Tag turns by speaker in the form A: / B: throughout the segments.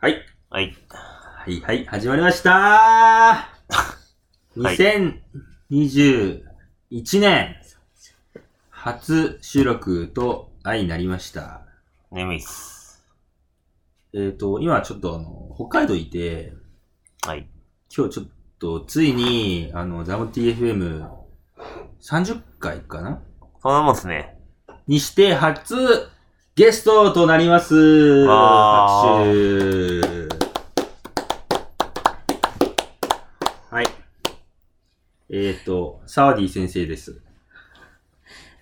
A: はい。
B: はい。
A: はい、はい、始まりましたー !2021 年、初収録と相なりました。
B: 眠いっす。
A: えっ、ー、と、今ちょっとあの、北海道いて、
B: はい。
A: 今日ちょっと、ついに、あの、ザム TFM30 回かな
B: そんなもんっすね。
A: にして初ゲストとなります。
B: わ
A: 拍手。はい。えっ、ー、と、サワディ先生です。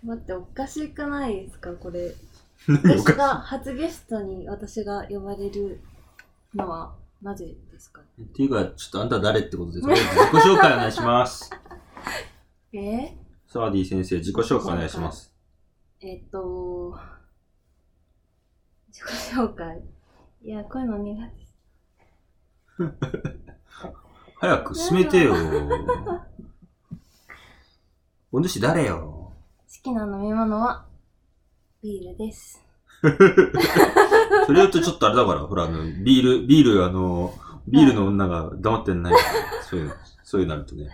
C: 待って、おかしくないですか、これ。
A: 何
C: 私
A: おか
C: が、初ゲストに私が呼ばれるのは、なぜです
A: っ
C: か
A: ていうか、ちょっとあんた誰ってことですか自己紹介お願いし ます。
C: えー、
A: サワディ先生、自己紹介お願いします。
C: えっと、自己紹介。いや、こういうの苦手。
A: 早く進めて よ。お主誰よ
C: 好きな飲み物は、ビールです。
A: それ言うとちょっとあれだから、ほら、あの、ビール、ビール、あの、ビールの女が黙ってんない。そういう、そういうなるとね。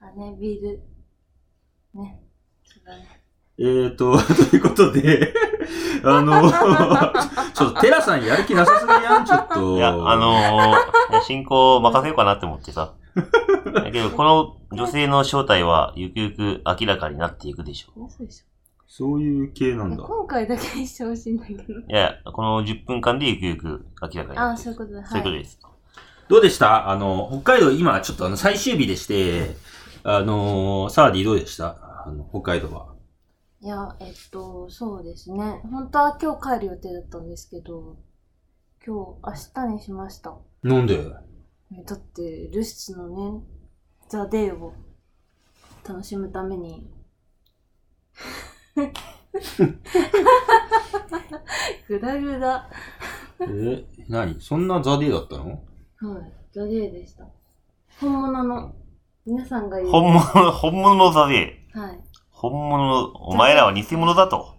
C: あ、ね、ビール。ね。そうだね。
A: えーと、ということで、あの、ちょっとテラさんやる気なさすぎやん、ちょっと。
B: いや、あ、 のー、進行任せようかなって思ってさ。だけど、この女性の正体は、ゆくゆく明らかになっていくでしょ
C: 嘘でし
A: そういう系な
C: ょ。
A: ん
C: いや
A: だ。
C: 今回だけにしてほしいんだけど。
B: う。いや、この10分間でゆくゆく明らかにな
C: あ、
B: ってい
C: そう
B: く。
C: いうことだ。
B: そういうこと
C: はい。
B: です。
A: どうでしたあの、北海道、今、ちょっとあの、最終日でして、あの、サーディどうでしたあの、北海道は。
C: いや、えっと、そうですね。本当は今日帰る予定だったんですけど、今日、明日にしました。
A: なんで
C: えだって、ルシツのね、ザ・デイを楽しむために、グダグダ。は
A: え、何そんなザディだったの
C: い、ザ・デイでした。本物の、皆さんが言う。
B: 本物、本物の座で、
C: はい。
B: 本物の、お前らは偽物だと。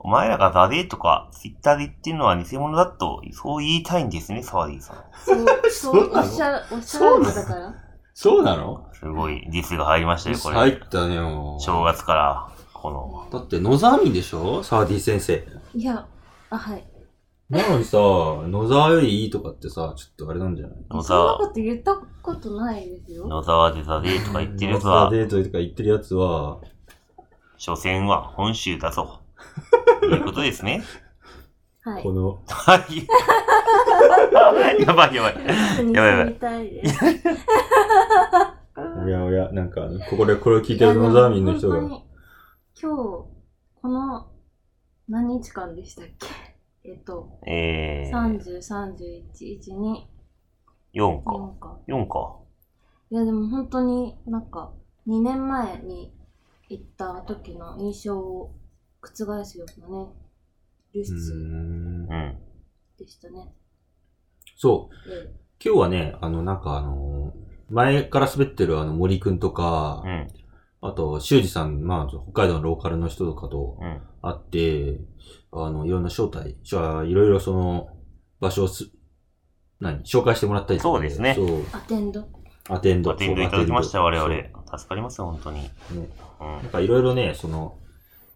B: お前らが座でとか、ツイッターで言ってるのは偽物だと、そう言いたいんですね、沢ディさん。
C: そう、そ
A: そう
C: う、お
A: な
C: っ
A: の
C: しゃる、おっしゃるんだから。
A: そうなの
B: すごい、ディスが入りましたよ、こ
A: 入
B: れ。
A: ったねよ。
B: 正月から、この、
A: だって、野沢民でしょサーディ先生。
C: いや、あ、はい。
A: なのにさ、 野沢よりいいとかってさ、ちょっとあれなんじゃない
B: 野
C: そんな
B: 沢
C: こ、と言ったことないですよ。
B: 野沢で座でとか言ってるやつ
A: マスタ
B: は
A: ー、デートとか言ってるやつは、
B: 所詮は本州だぞ。ということですね。
C: はい。
A: この、
B: はい。やばいやばい。やばいやばい。
C: たいです。
A: おやおや、なんか、ここでこれを聞いてる野沢民の人
C: いやでも
A: が、
C: 本当に今日、この、何日間でしたっけえ っと、
B: えー、
C: 30、31、12、
B: 4か。
C: 4か。
B: 4か。
C: いや、でも本当になんか、2年前に行った時の印象を覆すようなね、流
A: う
C: 出
A: ーん
B: うん。
C: でしたね。
A: そう、
C: で
A: 今日はね、あの、なんかあの、前から滑ってるあの森くんとか
B: う、ん。
A: あと、修二さん、まあ、北海道のローカルの人とかと
B: うん。
A: 会って、あの、いろんな招待、じゃあ、いろいろその、場所をす、何紹介してもらったりとか
B: そうですね
A: そう、
C: アテンド。
A: アテンド。
B: アテンドいただきました、
A: そう
B: 我々。助かりますよ、本当に。
A: そうね
B: うん
A: なん。かいろいろね、その、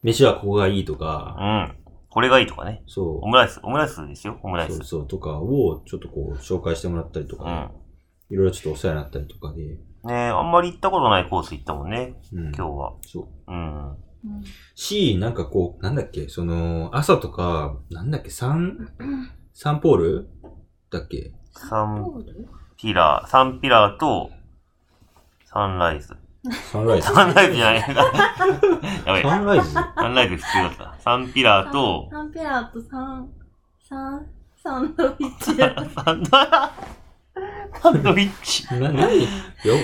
A: 飯はここがいいとか、
B: うん。これがいいとかね。
A: そう
B: オ、ムライス、オムライスですよ、オムライス
A: そう。そう、とかをちょっとこう、紹介してもらったりと
B: う
A: か、
B: ん。
A: いろいろちょっとお世話になったりとかで、
B: ねえ、あんまり行ったことないコース行ったもんね、
A: うん、
B: 今日は。
A: そう。
B: うん。
C: うん
A: し、なんかこう、なんだっけ、その、朝とか、なんだっけ、サン、サンポールだっけ
B: サン
C: ポール
B: ピラー、サンピラーと、サンライズ。
A: サンライズ。
B: サンライズじゃないやばい。
A: サンライズ
B: サンライズ必要だった。サンピラーと、
C: サンペアとサン、サン、サ ンドイッチや。
B: サンド、サンドイッチ。
A: な、何よ、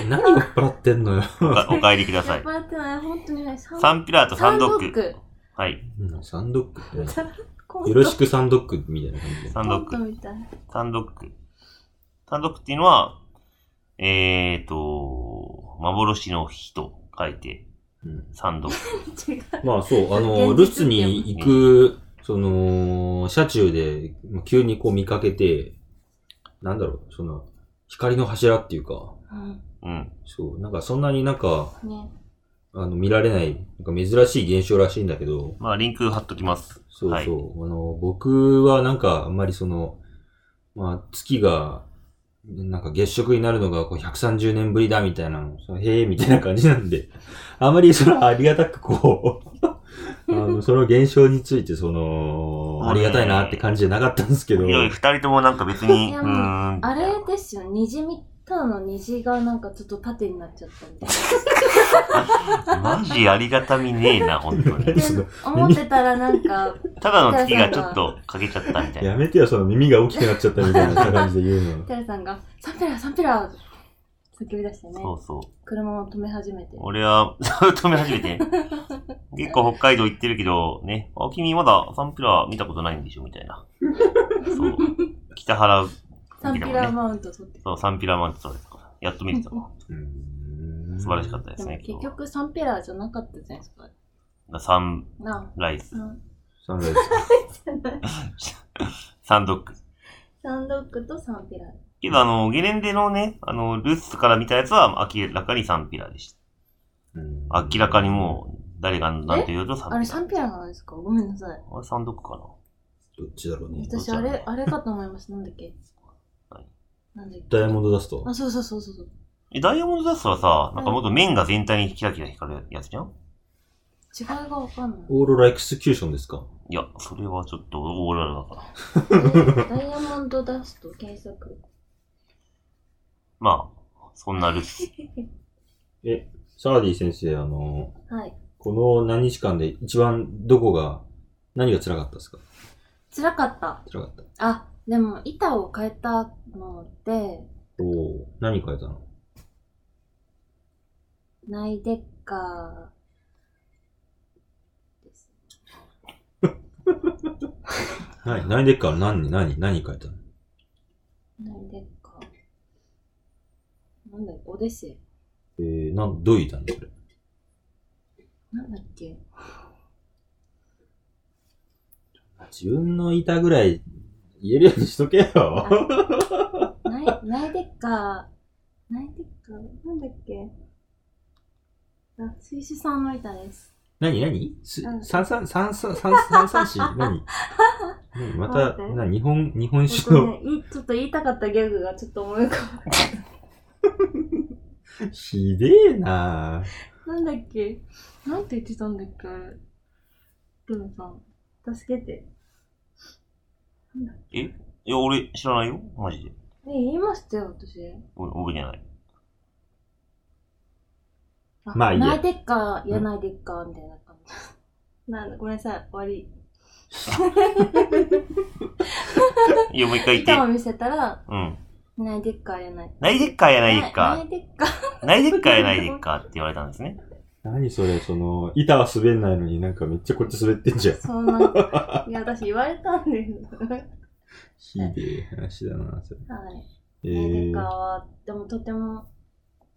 A: 何を払ってんのよ。
B: おかお帰りくださ
C: 酔っ
B: い。
C: 払ってない、本当にね、サ
B: サンピラーとサンドッ
C: サンド
B: グ
C: ッグ。
B: はい。
A: うんサンドッグって何
C: コント
A: よろしくサンドッグみたいな感じで。
B: サン
C: コ
B: ドッ
C: ント
B: グ。
C: みたい。
B: サンドッグ。サンドッグっていうのは、えーと、幻の日と書いて、
A: うん
B: サンドッグ。
C: 違う。
A: まあそう、あの、
C: 現実
A: 留守に行く、その、車中でまあ急にこう見かけて、なんだろう、その、光の柱っていうか、
C: う
B: うん。
A: そう、なんかそんなになんか、
C: ん。ね。
A: あの、見られない、なんか珍しい現象らしいんだけど、
B: まあ、リンク貼っときます。
A: そうそう。
B: はい
A: あの、僕はなんか、あんまりその、まあ、月が、なんか月食になるのがこう130年ぶりだみたいなの、そのへえみたいな感じなんで、 あまりそのありがたくこう、あ の、その現象についてその、ありがたいなって感じじゃなかったんですけど、
B: いや、二人ともなんか別に、
C: いうや
B: ー。
C: もうんあれですよ、虹み、ただの虹がなんかちょっと縦になっちゃったみたい
B: マジありがたみねえ な、本当 に。
A: その
C: な。思ってたらなんか、
B: ただの月がちょっと欠けちゃったみたい
A: や
B: な。
A: めてよ、その耳が大きくなっちゃったみたいな感じで言 うの。
C: テラさんが、サンペラーサンペラーって叫び出してね、
B: そうそう。
C: 車を止め始めて。
B: 俺は、 止め始めてね。結構北海道行ってるけど、ね、あ、君まだサンピラー見たことないんでしょみたいな。そう。北原、
C: サンピラーマウント取って。
B: そう、サンピラーマントですから。やっと見れたわ。
A: うーん
B: 素晴らしかったで
C: ですも
B: ね。
C: 結局サンペラーじゃなかったじゃないですか。
B: 今日サン
C: な
B: ライズ
C: あ、、うん
A: サンライ
B: サンドック。
C: サンドッグとサンペラー。
B: けど、あの、ゲレンデのね、あの、ルースから見たやつは明らかにサンピラーでした。
A: ズ。
B: 明らかにもう、誰が何て言うとサンピ
C: あ
B: ラ
C: れ
B: ー。
C: サンペラーなんですかごめんなさい。
B: あれサンドックかな
A: うん。どっちだろうね。
C: 私あれ、あれかと思います。なんだっけ
B: はい
C: なんだっけ
A: ダイヤモンドダスト
C: あ、。そうそうそうそうそう。
B: え、ダイヤモンドダストはさ、なんかもっと面が全体にキラキラ光るやつじゃん
C: 違いがわかんない。
A: オーロラエクスキューションですか
B: いや、それはちょっとオーラルだから。
C: ダイヤモンドダスト検索。
B: まあ、そんなルース。
A: サーディ先生、あの、
C: はい。
A: この何日間で一番どこが、何が辛かったですか
C: 辛かった。
A: 辛かった。
C: あ、でも板を変えたので、
A: おお何変えたの
C: ナイデッカーです。
A: はい、何でっか何、何、何変えたの
C: ナイデッカー。なんだっけオデッセイ。
A: えー、なん、どう言ったのそれ。
C: なんだっけ
A: 自分の板ぐらい言えるようにしとけ よ。
C: ナイナイデッカー。ナイデッカーなんだっけあ、水手さんの板です。
A: 何、何す
C: う、ん
A: 三三、三三、三三三四何何また、
C: 待って
A: な、日本、日本
C: ち
A: 酒
C: ょっと
A: の
C: ね、いちょっと言いたかったギャグがちょっと思い浮かばない
A: ひでえな
C: なんだっけなんて言ってたんだっけでもさん、助けて。
B: いや、俺知らないよ。マジで。
C: え、言いましたよ、私。
B: 俺覚えてない。
A: まあいいや
C: ないでっか、やないでっか、みたいな感じ。 なんだ、ごめんなさい、終わり。
B: いや、もう一回言
C: 板
B: っ
C: を
B: て。
C: 見せたら、
B: うん。
C: ないでっか、やない。
B: ないでっかやないでっ
C: な
B: か。
C: いでっか。
B: ないでっかやないでっかって言われたんです ね。
A: 何それ、その、板は滑んないのになんかめっちゃこっち滑ってんじゃん。
C: そんな、いや、私言われたんです。
A: ひでえ話だなそれ。
C: はい。
A: え
C: ないでっ
A: ー
C: か、は、でもとても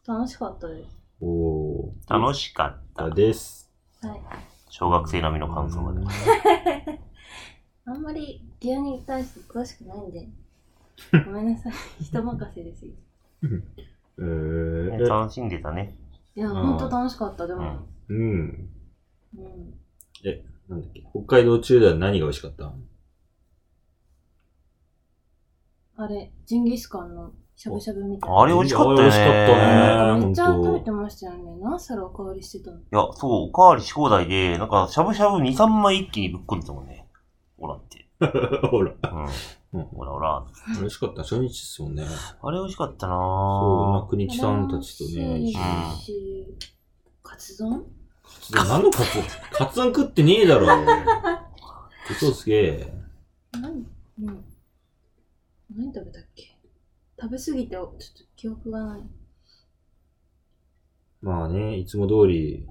C: 楽しかったで
A: おー。
B: 楽しかった。
A: です。
C: す。はい。
B: 小学生並みの感想が出まし
C: あんまり牛乳に対して詳しくない んで、ごめんなさい、 人任せですよ。
A: え
B: た。
A: ー、
B: 楽しんでたね。
C: いや、
A: ん
C: ほんと楽しかった、で
B: う
C: も
B: ん。
A: うん。
C: うん。
A: なんだっけ。北海道中では何が美味しかった
C: あれ、ジンギスカンのしゃぶしゃぶみたいな。
B: あれ美味しかったよね。
A: あれ美味しかったね
C: なんかめっちゃ
A: ほんと
C: 食べてましたよね。何皿おかわりしてたの
B: いや、そう、おかわりし放題で、なんか、しゃぶしゃぶ2、3枚一気にぶっこんでたもんね。ほらって。
A: ほら。
B: うん。
A: うん
B: ほらほら。
A: 美味しかった。初日ですもんね。
B: あれ美味しかったな
A: そう、
B: ぁ。
A: まあ国木さんたちとね、一緒に
C: し
B: うん
C: し、カツ丼
A: ちょっと何のカツ丼カツ丼食ってねえだろ。嘘すげえ。
C: 何うん。何食べたっけ食べすぎて、ちょっと記憶がない。
A: まあね、いつも通り、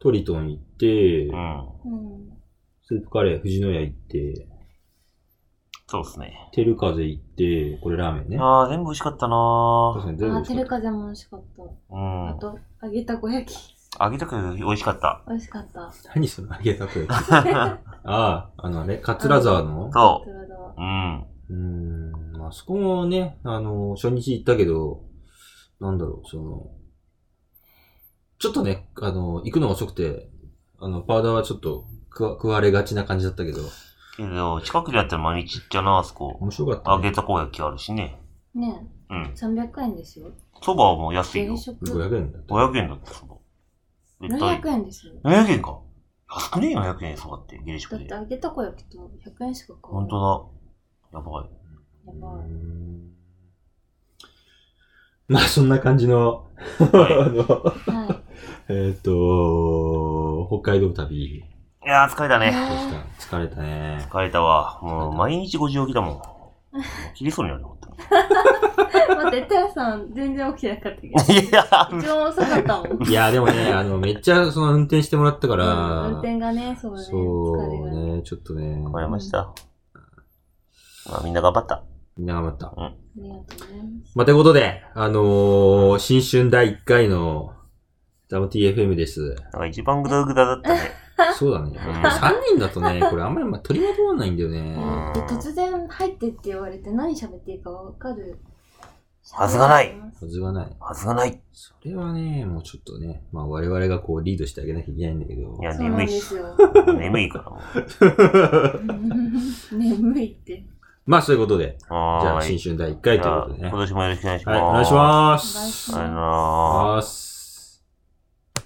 A: トリトン行って、
B: うん。
C: うん。
A: スープカレー藤野屋行って、
B: そうですね。
A: テル風行って、これラーメンね。
B: ああ、全部美味しかったな
A: 確
B: ぁ。
A: かに全部美
C: あ、
A: 味し
C: テ
A: か
C: ル
A: った。
C: カゼも美味しかった。
B: う
C: あ
B: ん。
C: と、揚げたこ焼き。
B: 揚げたく美味しか った。
C: 美味しかった。
A: 何その揚げたく焼き。ああ、あのあれ、桂沢の
B: そ
C: それだわ
B: う。うん。
A: うーん、あそこもね、あの、初日行ったけど、なんだろう、その、ちょっとね、あの、行くのが遅くて、あの、パウダーはちょっと食わ食われがちな感じだったけど、
B: けど、近くでやったら毎日行っちゃうな、あそこ。
A: 面白かった、
B: 揚
A: ね
B: げ。たこ焼きあるしね。
C: ね
B: うん
C: え、。300円ですよ。
B: そばはもう安いよ
C: 定。食。
A: 500円だった。
B: 500円だった、そば。絶対
C: 700。円ですよ。
B: 700円か。安くねえよ、700円、そばって。ゲレ食
C: だっ
B: で
C: て。揚げたこ焼きと100円しか買わ
B: ほ
C: なんい。
B: とだ。やばい。
C: や
A: うー
C: ばい。
A: んまあ、そんな感じの、
B: は
A: あの、
C: は
A: えっ、と、北海道旅
B: いやー、疲れた
C: い。
B: ね。
A: でし
C: ね
A: た。疲れたね。
B: 疲れたわ。もう、毎日5時起き だもん。もう切りそうになるよ、ほんと
C: え待って、テラさん全然起きてなかったけど。
B: に。いやー
C: 一番遅かったも ん。
A: いや、でもね、あの、めっちゃ、その、運転してもらったから、
C: 運転がね、そうね。
A: そう
C: 疲れがね。
A: ね、ちょっとね。
B: 疲れました。まあ、みんな頑張った。
A: みんな頑張った。
C: ありがとうございます。
A: まあ、ということで、あのー、新春第1回の、ダム TFM で
B: な
A: す。
B: んか一番グダグダだったね。
A: そうだね。3人だとね、これあんまりまあ取りまとまんないんだよね。
B: うん
C: で、突然入ってって言われて何喋っていいかわかる。
B: はずがない
A: はずがない。
B: はずが ない。
A: それはね、もうちょっとね、まあ我々がこうリードしてあげなきゃいけないんだけど
B: い。や、
C: そうなん
B: 眠い
C: で
B: し。
C: すよ。
B: 眠いからもう。
C: 眠いって。
A: まあそういうことで、じゃ
B: は
A: あ
B: ーい。
A: 新春第1回ということで
B: じゃあ
A: ね。
B: 今年もよろしくお願いしま
A: はい、
B: す。
A: お願いしま
C: お願い
A: す。
C: し
B: さよ
C: ま
B: な
C: す。
B: ら
A: お願いします。